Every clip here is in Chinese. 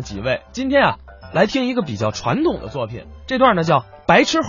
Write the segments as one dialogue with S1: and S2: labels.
S1: 几位。今天啊，来听一个比较传统的作品，这段呢叫《白痴猴》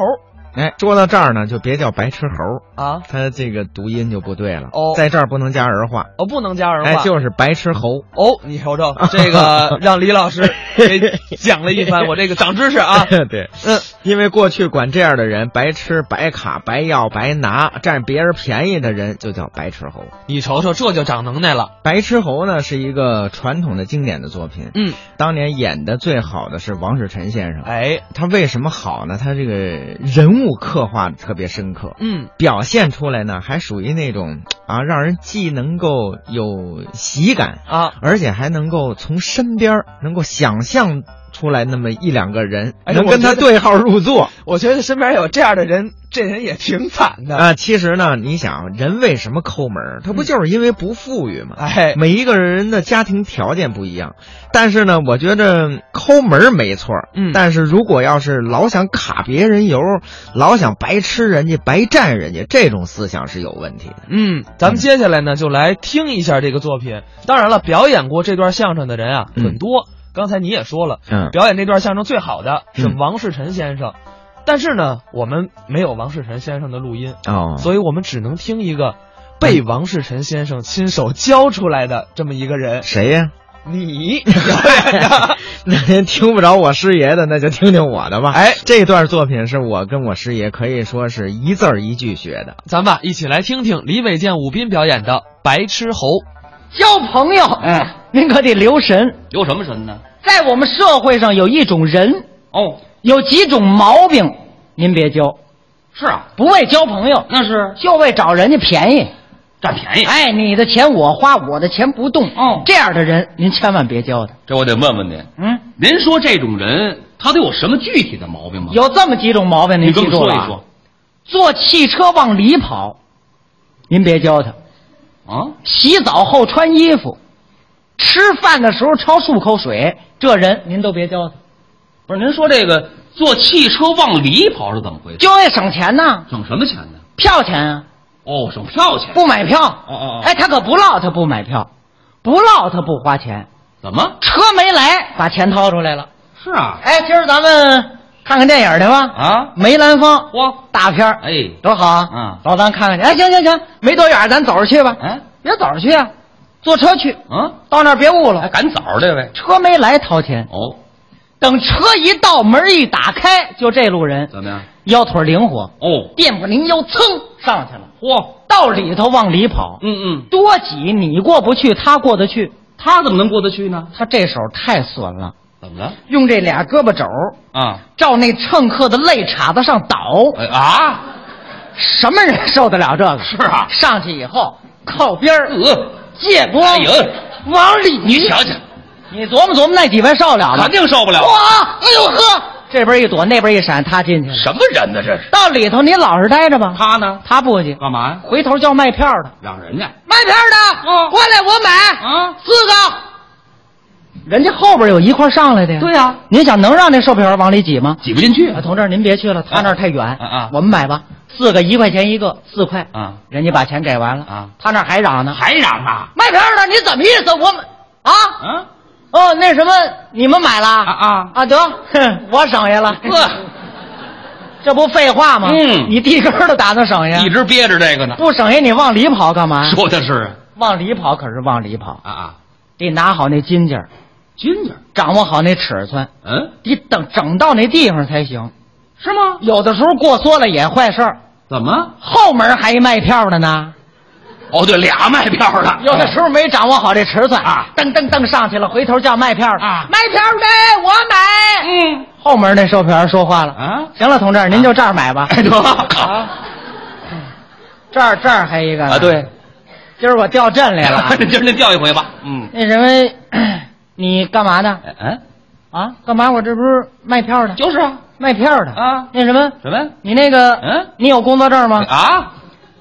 S2: 哎，说到这儿呢，就别叫白痴猴，
S1: 啊，
S2: 他这个读音就不对了。
S1: 哦
S2: 在这儿不能加儿化，
S1: 哦，不能加儿化。
S2: 哎，就是白痴猴。
S1: 哦，你瞅 瞅，这个让李老师给讲了一番，我这个长知识啊。
S2: 对，
S1: 嗯，
S2: 因为过去管这样的人白吃、白卡、白要、白拿，占别人便宜的人就叫白痴猴。
S1: 你瞅瞅，这就长能耐了。
S2: 白痴猴呢是一个传统的经典的作品，
S1: 嗯，
S2: 当年演的最好的是王世臣先生。
S1: 哎，
S2: 他为什么好呢？他这个人物刻画得特别深刻，
S1: 嗯，
S2: 表现出来呢还属于那种啊，让人既能够有喜感，
S1: 啊，
S2: 而且还能够从身边儿能够想象出来那么一两个人，
S1: 哎
S2: 能
S1: 我
S2: 跟
S1: 觉
S2: 他
S1: 得
S2: 对号入 座
S1: 我觉得身边有这样的人，这人也挺惨的。
S2: 啊。其实呢，你想人为什么抠门儿？他不就是因为不富裕吗？
S1: 哎，
S2: 每一个人的家庭条件不一样，但是呢，我觉得抠门儿没错儿。
S1: 嗯
S2: 但是如果要是老想卡别人油，老想白吃人家、白占人家，这种思想是有问题的。
S1: 嗯，咱们接下来呢，就来听一下这个作品。当然了，表演过这段相声的人啊
S2: 嗯
S1: 很多。刚才你也说了，
S2: 嗯，
S1: 表演这段相声最好的是
S2: 嗯
S1: 王世臣先生，但是呢，我们没有王世臣先生的录音，
S2: 哦，
S1: 所以我们只能听一个被王世臣先生亲手教出来的这么一个人。
S2: 谁呀、
S1: 你表演的，
S2: 那您听不着我师爷的，那就听听我的吧。
S1: 哎，
S2: 这段作品是我跟我师爷可以说是一字儿一句学的。
S1: 咱们啊一起来听听李伟健、武斌表演的《白痴猴》。
S3: 交朋友，
S4: 哎，
S3: 您可得留神，
S4: 留什么神呢？
S3: 在我们社会上有一种人，
S4: 哦，
S3: 有几种毛病，您别交，
S4: 是啊，
S3: 不为交朋友，
S4: 那是
S3: 就为找人家便宜。
S4: 占便宜。，
S3: 哎，你的钱我花，我的钱不动。
S4: 哦
S3: 这样的人您千万别交他。
S4: 这我得问问您，
S3: 嗯，
S4: 您说这种人他得有什么具体的毛病吗？，
S3: 有这么几种毛病，您
S4: 你跟
S3: 记
S4: 我
S3: 住
S4: 说
S3: 了
S4: 一
S3: 啊。
S4: 说
S3: 坐汽车往里跑，您别交他。
S4: 啊。
S3: 洗澡后穿衣服，吃饭的时候焯漱口水，这人您都别交他，
S4: 不是，您说这个坐汽车往里跑是怎么回事？
S3: 就为省钱呢，
S4: 省什么钱呢？
S3: 票钱啊。
S4: 哦，省票钱。
S3: 不买票。
S4: 哦哦哦
S3: 哎，他可不落，他不买票，不落他不花钱。
S4: 怎么？
S3: 车没来，把钱掏出来了。
S4: 是啊，
S3: 哎，今儿咱们看看电影去吧。
S4: 啊
S3: 梅兰芳，
S4: 嚯，
S3: 大片儿，
S4: 哎
S3: 多好啊！
S4: 嗯
S3: 走，咱看看去。哎，行行行，没多远，咱走着去吧。
S4: 哎，
S3: 别走着去啊，坐车去。
S4: 啊，
S3: 到那儿别误
S4: 还
S3: 了，
S4: 赶早儿这位。
S3: 车没来掏钱。
S4: 哦，
S3: 等车一到，门一打开，就这路人
S4: 怎么样？
S3: 腰腿灵活，
S4: 哦，
S3: 垫不灵腰，噌上去了，
S4: 嚯，
S3: 到里头往里跑。
S4: 嗯嗯，
S3: 多挤，你过不去，他过得去。
S4: 他怎么能过得去呢？
S3: 他这手太损了，
S4: 怎么了？
S3: 用这俩胳膊肘儿
S4: 啊，
S3: 照那乘客的肋叉子上倒，
S4: 哎啊，
S3: 什么人受得了这个？
S4: 是啊
S3: 上去以后靠边儿，
S4: 呃，
S3: 借光，
S4: 哎呦
S3: 往里
S4: 你瞧瞧，
S3: 你琢磨琢磨，那几位受了吗？
S4: 肯定受不了。
S3: 哇，哎呦呵，这边一躲，那边一闪，他进去了。
S4: 什么人呢？这是
S3: 到里头你老实待着吧。
S4: 他呢？
S3: 他不去，
S4: 干嘛呀？
S3: 回头叫卖票的，
S4: 让人家
S3: 卖票的，
S4: 哦
S3: 过来我买
S4: 啊
S3: 四个。人家后边有一块儿上来的呀。
S4: 对呀、
S3: 您想能让那售票员往里挤吗？
S4: 挤不进去
S3: 啊，同志，您别去了，他那儿太远。
S4: 啊啊
S3: 我们买吧，四个一块钱一个，四块。
S4: 啊，
S3: 人家把钱给完了
S4: 啊，
S3: 他那儿还嚷呢，
S4: 还嚷啊
S3: 卖票的，你怎么意思？我们啊，
S4: 啊
S3: 哦，那什么，你们买了
S4: 啊啊！
S3: 啊？得，哼，我省下了。
S4: 呵，
S3: 这不废话吗？
S4: 嗯
S3: 你地根儿都打算省下
S4: 一，直憋着这个呢。
S3: 不省下你往里跑干嘛？
S4: 说的是
S3: 往里跑可是往里跑，
S4: 啊啊，
S3: 得拿好那筋劲儿，
S4: 金子，
S3: 掌握好那尺寸，
S4: 嗯，
S3: 得等整到那地方才行。
S4: 是吗？
S3: 有的时候过缩了也坏事儿，
S4: 怎么？
S3: 后门还一卖票的呢。
S4: 哦，对，俩卖票的，
S3: 有的时候没掌握好这尺寸
S4: 啊
S3: 噔噔噔上去了，回头叫卖票的
S4: 啊
S3: 卖票的我买。
S4: 嗯
S3: 后门那售票员说话了
S4: 啊
S3: 行了，同志，您就这儿买吧。
S4: 哎得
S3: 啊，这儿这儿还一个呢
S4: 啊，对，
S3: 今儿我掉镇来 了啊。
S4: 今儿您钓一回吧。嗯，
S3: 那什么， 你干嘛呢？
S4: 哎嗯，
S3: 啊，干嘛？我这不是卖票的，
S4: 就是啊，
S3: 卖票的
S4: 啊
S3: 那什么，
S4: 什么呀？
S3: 你那个，
S4: 嗯
S3: 你有工作证吗？
S4: 啊，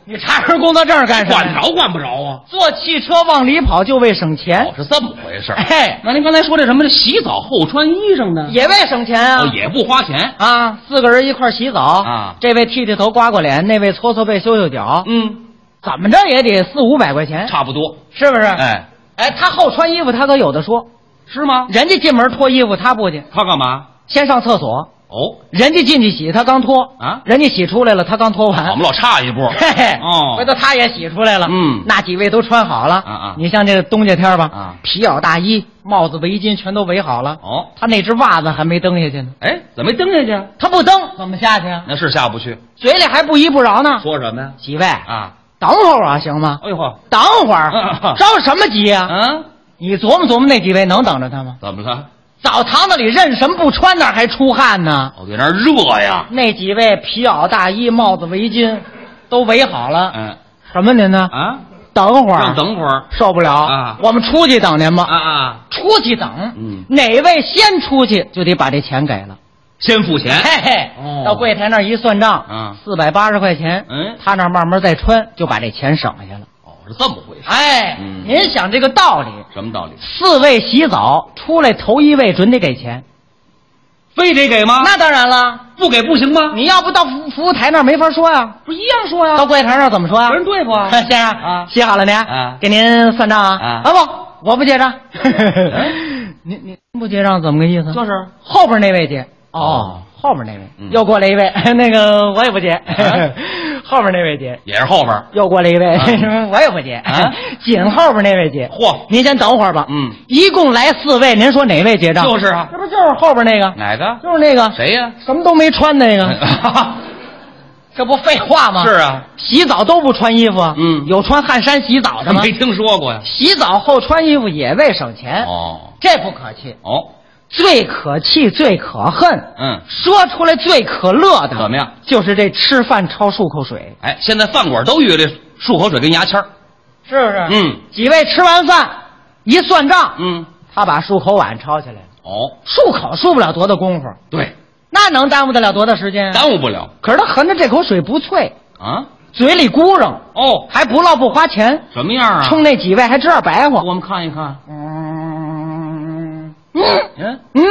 S3: 你查人工作证干什么
S4: 管
S3: 呀？
S4: 着管不着啊？
S3: 坐汽车往里跑就为省钱
S4: 哦，，是这么回事儿。
S3: 哎，
S4: 那您刚才说这什么洗澡后穿衣裳呢？
S3: 也为省钱啊。
S4: 哦，也不花钱。
S3: 啊，四个人一块儿洗澡
S4: 啊
S3: 这位剃剃头、刮刮脸，那位搓搓背、修修脚，
S4: 嗯，
S3: 怎
S4: 哎
S3: 么着也得四五百块钱，
S4: 差不多。
S3: 是不是？，
S4: 哎，
S3: 哎，他后穿衣服，他可有的说，
S4: 是吗？
S3: 人家进门脱衣服，他不去，
S4: 他干嘛？
S3: 先上厕所。
S4: 哦，
S3: 人家进去洗，他刚脱
S4: 啊
S3: 人家洗出来了，他刚脱
S4: 我
S3: 完
S4: 们。老差一步。
S3: 嘿嘿，
S4: 哦
S3: 回头他也洗出来了。
S4: 嗯
S3: 那几位都穿好了。
S4: 啊啊
S3: 你像这冬家天吧，
S4: 啊
S3: 皮袄、大衣、帽子、围巾全都围好了。
S4: 哦，
S3: 他那只袜子还没蹬下去呢，
S4: 哎，怎么没蹬下去？
S3: 他不蹬怎么下去啊？
S4: 那是下不去。
S3: 嘴里还不依不饶呢。
S4: 说什么呀？
S3: 几位，
S4: 啊，
S3: 等会儿啊，行吗？
S4: 哎呦呵，
S3: 等会儿
S4: 啊，
S3: 着什么急呀？
S4: 嗯，
S3: 你琢磨琢磨，那几位能等着他吗？
S4: 怎么了？
S3: 澡堂子里任什么不穿，那儿还出汗呢。
S4: 哦，对，那儿热呀。
S3: 那几位皮袄、大衣、帽子、围巾都围好了，
S4: 嗯
S3: 什么您呢？
S4: 啊，
S3: 等会儿
S4: 让，等会儿
S3: 受不了
S4: 啊
S3: 我们出去等您吧。
S4: 啊啊，
S3: 出去等，
S4: 嗯
S3: 哪位先出去就得把这钱给了。
S4: 先付钱。
S3: 嘿嘿，
S4: 哦
S3: 到柜台那儿一算账
S4: 嗯，
S3: 四百八十块钱，
S4: 嗯
S3: 他那儿慢慢再穿，就把这钱省下了。
S4: 哦，是这么回事。
S3: 哎，
S4: 嗯
S3: 您想这个道理，
S4: 什么道理？
S3: 四位洗澡出来头一位准得给钱，
S4: 非得给吗？
S3: 那当然了，
S4: 不给不行吗？
S3: 你要不到服服务台那儿没法说呀、
S4: 不一样说呀
S3: 到柜台那儿怎么说呀、
S4: 有人对付 啊
S3: 先生
S4: 啊
S3: 洗好了您，
S4: 啊
S3: 给您算账啊
S4: 啊哎
S3: 不，我不 结账。您您不结账怎么个意思？
S4: 就是
S3: 后边那位结。
S4: 哦，
S3: 后边那位、
S4: 嗯啊
S3: 又过来一 位，那个我也不结。后边那位结，
S4: 也是后边儿。
S3: 又过来一位，
S4: 啊
S3: 我也不结。
S4: 啊
S3: 紧后边那位结。
S4: 嚯，
S3: 您先等会儿吧。
S4: 嗯，
S3: 一共来四位，您说哪位结账？
S4: 就是啊
S3: 这不就是后边那个，
S4: 哪个？
S3: 就是那个
S4: 谁啊呀？
S3: 什么都没穿那个，这不废话吗？
S4: 是啊，
S3: 洗澡都不穿衣服啊，
S4: 嗯
S3: 有穿汗衫洗澡的吗？
S4: 没听说过呀。
S3: 洗澡后穿衣服也为省钱，
S4: 哦
S3: 这不可气。
S4: 哦，
S3: 最可气、最可恨，
S4: 嗯，
S3: 说出来最可乐的，
S4: 怎么样？
S3: 就是这吃饭焯漱口水，
S4: 哎，现在饭馆都约这漱口水跟牙签儿。
S3: 是不是？
S4: 嗯
S3: 几位吃完饭一算账，
S4: 嗯，
S3: 他把漱口碗抄起来了，
S4: 哦，
S3: 漱口漱不了多大功夫，
S4: 对，
S3: 那能耽误得了多大时间啊？
S4: 耽误不了
S3: 可是他含着这口水不脆，
S4: 啊。
S3: 嘴里咕嚷，
S4: 哦，
S3: 还不落不花钱，
S4: 什么样啊？
S3: 冲那几位还这样白话。
S4: 我们看一看。
S3: 嗯
S4: 嗯，
S3: 嗯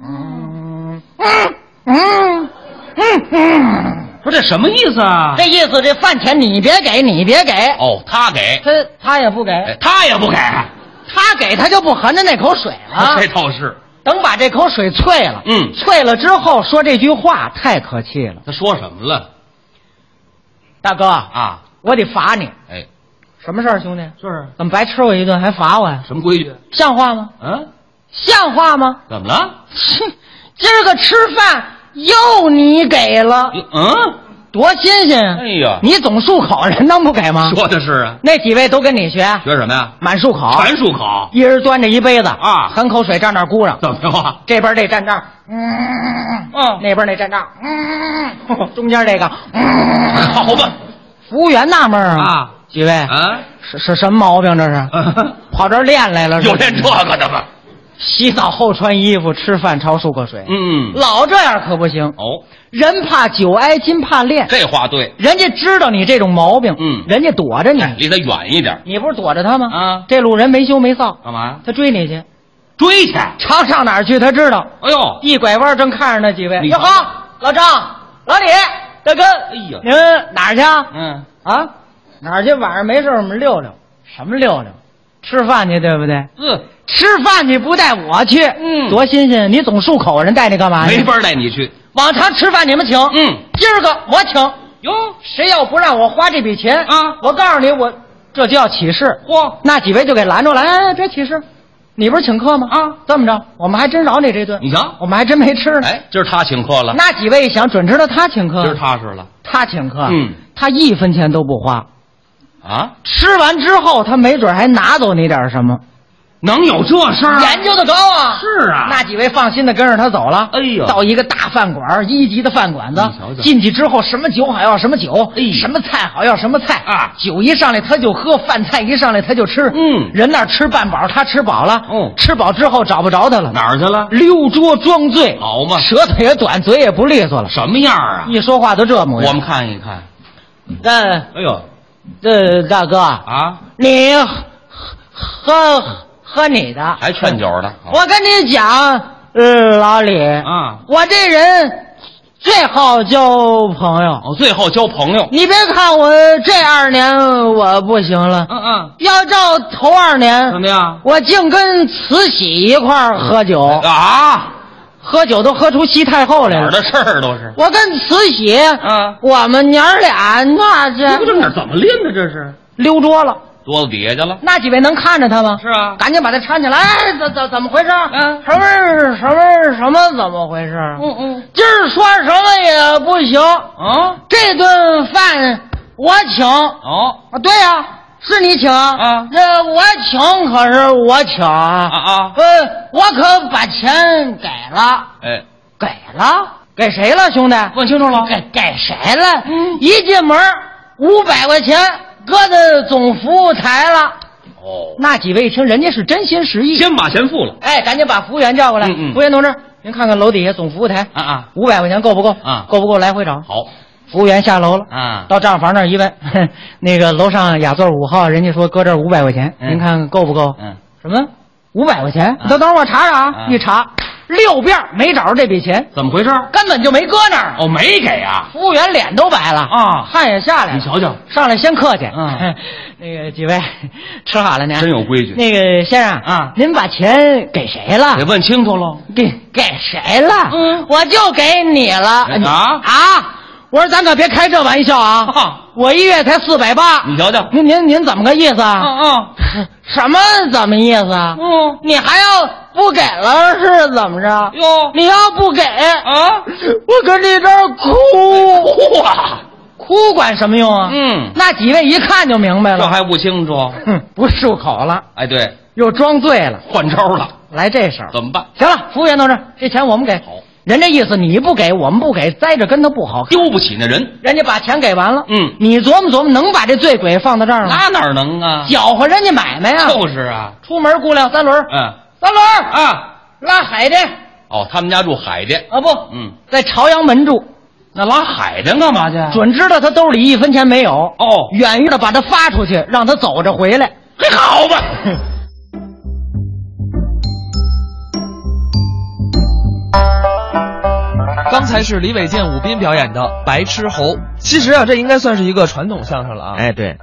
S3: 嗯嗯嗯嗯，
S4: 不是这什么意思啊？
S3: 这意思这饭钱你别给，你别给，
S4: 哦，他给，
S3: 他他也不给，
S4: 哎，他也不给，
S3: 他给他就不含着那口水了。
S4: 这倒是。
S3: 等把这口水啐了，
S4: 嗯
S3: 啐了之后说这句话太可气了，
S4: 他说什么了
S3: 大哥，
S4: 啊？
S3: 我得罚你，
S4: 哎，
S3: 什么事儿，兄弟？
S4: 就是
S3: 怎么白吃我一顿还罚我呀？
S4: 什么规矩？
S3: 像话吗？
S4: 嗯，
S3: 像话吗？
S4: 怎么了？
S3: 哼，今儿个吃饭又你给了，
S4: 嗯，
S3: 多新鲜啊！
S4: 哎呀，
S3: 你总漱口，人能不给吗？
S4: 说的是啊，
S3: 那几位都跟你学，
S4: 学什么呀？
S3: 满漱口，
S4: 全漱口，
S3: 一人端着一杯子
S4: 啊
S3: 含口水站那儿咕嚷，
S4: 怎么着啊？
S3: 这边这站这儿，嗯，
S4: 嗯，
S3: 那边那站这儿， 嗯，中间这个，嗯，
S4: 好吧，
S3: 服务员纳闷儿啊，
S4: 啊
S3: 几位
S4: 啊，
S3: 是是什么毛病？这 是跑这儿练来了？
S4: 有练这个的吗？
S3: 洗澡后穿衣服，吃饭焯漱口水，
S4: 嗯，
S3: 老这样可不行，
S4: 哦，
S3: 人怕久挨金怕练，
S4: 这话对，
S3: 人家知道你这种毛病，
S4: 嗯
S3: 人家躲着你，
S4: 离他远一点。
S3: 你不是躲着他吗？
S4: 啊
S3: 这路人没羞没臊，
S4: 干嘛呀？
S3: 他追你去，
S4: 追去！哎
S3: 常上哪儿去？他知道，
S4: 呦，
S3: 一拐弯正看着那几位，
S4: 你
S3: 哟呵，老张、老李、大哥，哎
S4: 呀
S3: 您哪儿去啊？
S4: 嗯，
S3: 啊，哪儿去？晚上没事儿我们溜溜，什么溜溜？吃饭去，对不对？
S4: 嗯，
S3: 吃饭去不带我去，
S4: 嗯
S3: 多新鲜！你总漱口，人带你干嘛去？
S4: 没法带你去。
S3: 往常吃饭你们请，
S4: 嗯，
S3: 今儿个我请，
S4: 哟，
S3: 谁要不让我花这笔钱
S4: 啊
S3: 我告诉你，我这就要起誓。
S4: 嚯，
S3: 那几位就给拦住了，哎，别起誓，你不是请客吗？
S4: 啊，
S3: 这么着，我们还真饶你这顿，
S4: 你瞧
S3: 我们还真没吃呢。
S4: 哎，今儿他请客了，
S3: 嗯那嗯几位一想，准知道他请客，
S4: 今儿踏实了
S3: 他请客，
S4: 嗯，
S3: 他一分钱都不花，
S4: 啊？
S3: 吃完之后他没准还拿走你点什么，
S4: 能有这事儿？
S3: 研究的高啊。
S4: 是啊
S3: 那几位放心的跟着他走了。
S4: 哎呦
S3: 到一个大饭馆，一级的饭馆子
S4: 你瞧，瞧
S3: 进去之后什么酒好要什么酒，
S4: 哎
S3: 什么菜好要什么菜
S4: 啊
S3: 酒一上来他就喝，饭菜一上来他就吃。
S4: 嗯
S3: 人那儿吃半饱，他吃饱了。
S4: 哦
S3: 吃饱之后找不着他了，
S4: 哪儿哦去了？
S3: 溜桌装醉，
S4: 好嘛
S3: 舌头也短，嘴也不利索了，
S4: 什么样啊？
S3: 一说话都这模样。
S4: 我们看一看。
S3: 那
S4: 哎呦，
S3: 这大哥，
S4: 啊，
S3: 你喝喝喝你的，
S4: 还
S3: 嗯
S4: 劝酒的。好
S3: 我跟你讲，呃，老李，
S4: 啊，
S3: 我这人最好交朋友。
S4: 哦，最后交朋友。
S3: 你别看我这二年我不行了，
S4: 嗯嗯，
S3: 要照头二
S4: 怎么
S3: 年，
S4: 样？
S3: 我净跟慈禧一块儿喝酒，
S4: 啊，
S3: 喝酒都喝出西太后
S4: 哪
S3: 嗯来了。
S4: 儿的事儿都是。
S3: 我跟慈禧，
S4: 啊，
S3: 我们娘儿俩那
S4: 这不
S3: 这
S4: 这哪儿怎么练的？这是
S3: 溜桌了，
S4: 桌子底下去了。
S3: 那几位能看着他吗？
S4: 是啊，
S3: 赶紧把他搀起来，哎怎怎怎么回事？
S4: 嗯
S3: 什么什么什么怎么回事？
S4: 嗯嗯
S3: 今儿说什么也不行，
S4: 啊
S3: 这顿饭我请。
S4: 哦
S3: 啊，对呀、是你请
S4: 啊
S3: 那我请可是我请
S4: 啊
S3: 啊，
S4: 啊！
S3: 呃，我可把钱给了，
S4: 哎，
S3: 给了，给谁了，兄弟？
S4: 问清楚了。
S3: 给给谁了？
S4: 嗯
S3: 一进门五百块钱搁在总服务台了。
S4: 哦，
S3: 那几位一听，人家是真心实意，
S4: 先把钱付了。
S3: 哎，赶紧把服务员叫过来。
S4: 嗯嗯
S3: 服务员同志，您看看楼底下总服务台，
S4: 啊啊，
S3: 五百块钱够不够？
S4: 啊
S3: 够不够？来回找。
S4: 好
S3: 服务员下楼了。
S4: 啊，
S3: 到账房那儿一问，那个楼上雅座五号，人家说搁这儿五百块钱，
S4: 嗯
S3: 您看看够不够？
S4: 嗯，
S3: 什么？五百块钱？
S4: 啊
S3: 你等等会儿我查查
S4: 啊
S3: 一查，六遍儿没找着这笔钱，
S4: 怎么回事？
S3: 根本就没搁那儿。
S4: 哦，没给啊
S3: 服务员脸都白了
S4: 啊
S3: 汗也下来了。
S4: 你瞧瞧，
S3: 上来先客气。
S4: 嗯，
S3: 那个几位吃好了呢？
S4: 真有规矩
S3: 那个先生
S4: 啊
S3: 您把钱给谁了
S4: 得？问清楚喽。
S3: 给给谁了？
S4: 嗯
S3: 我就给你了。
S4: 啊
S3: 啊！我说咱可别开这玩笑啊！
S4: 啊
S3: 我一月才四百八，
S4: 你瞧瞧，
S3: 您您您怎么个意思啊？
S4: 啊，
S3: 什么怎么意思啊？
S4: 嗯
S3: 你还要不给了是怎么着？
S4: 哟
S3: 你要不给，
S4: 啊，
S3: 我搁这边哭
S4: 嚯，
S3: 哭管什么用啊？
S4: 啊嗯，
S3: 那几位一看就明白
S4: 这
S3: 了，
S4: 还不清楚？
S3: 哼，不漱口了，
S4: 哎，对，
S3: 又装醉了，
S4: 换招了，
S3: 来这手。
S4: 怎么办？
S3: 行了，服务员同志，这钱我们给。
S4: 好，
S3: 人这意思你不给，我们不给，栽着跟头不好看。
S4: 丢不起那人，
S3: 人家把钱给完了，
S4: 嗯
S3: 你琢磨琢磨，能把这醉鬼放到这儿吗？
S4: 那哪能啊？
S3: 搅和人家买卖呀、
S4: 就是啊，
S3: 出门雇辆三轮儿，
S4: 嗯
S3: 三轮儿
S4: 啊，
S3: 拉海去
S4: 哦，他们家住海淀，
S3: 啊不，
S4: 嗯，
S3: 在朝阳门住，
S4: 那拉海淀干嘛去？
S3: 准知道他兜里一分钱没有，
S4: 嗯哦，
S3: 远远的把他发出去，让他走着回来。
S4: 嘿，好吧，
S1: 刚才是李伟健、武斌表演的《白痴猴》，其实啊，这应该算是一个传统相声了啊。
S2: 哎，对，